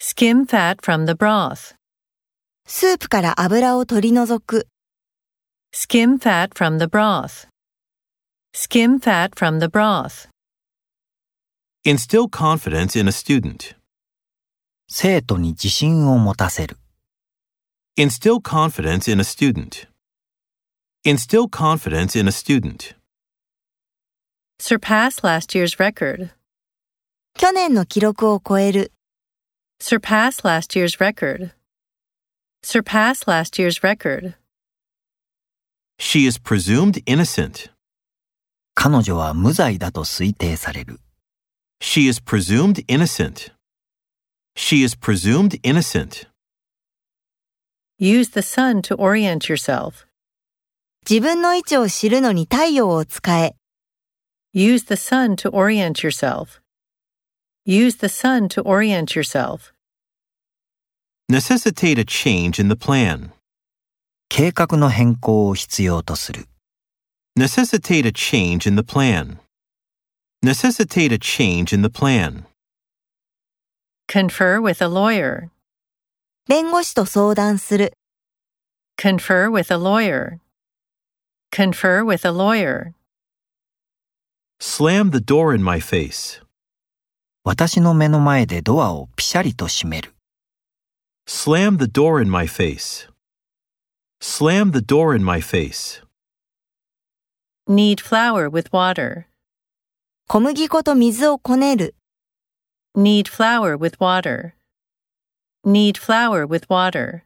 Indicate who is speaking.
Speaker 1: Skim fat from the broth.
Speaker 2: スープから油を取り除く。
Speaker 1: Skim fat from the broth. Skim fat from the broth.
Speaker 3: Instill confidence in a student.
Speaker 4: 生徒に自信を持たせる。
Speaker 3: Instill confidence in a student. Instill confidence in a student.
Speaker 1: Surpass last year's record.
Speaker 2: 去年の記録を超える。
Speaker 1: Surpass last year's record. Surpass last year's record.
Speaker 3: She is presumed innocent.
Speaker 4: 彼女は無罪だと推定される。
Speaker 3: She is presumed innocent. She is presumed innocent.
Speaker 1: Use the sun to orient yourself.
Speaker 2: 自分の位置を知るのに太陽を使え。
Speaker 1: Use the sun to orient yourself. Use the sun to orient yourself.
Speaker 3: Necessitate a change in the plan.
Speaker 4: 計画の変更を必要とする。
Speaker 3: Necessitate a change in the plan. Necessitate a change in the plan.
Speaker 1: Confer with a lawyer.
Speaker 2: 弁護士と相談する。
Speaker 1: Confer with a lawyer. Confer with a lawyer.
Speaker 3: Slam the door in my face.
Speaker 4: 私の目の前でドアをピシャリと閉める。
Speaker 3: Slam the door in my face. Slam the door in my face.
Speaker 1: Knead flour with water.
Speaker 2: 小麦粉と水をこねる。
Speaker 1: Knead flour with water. Knead flour with water.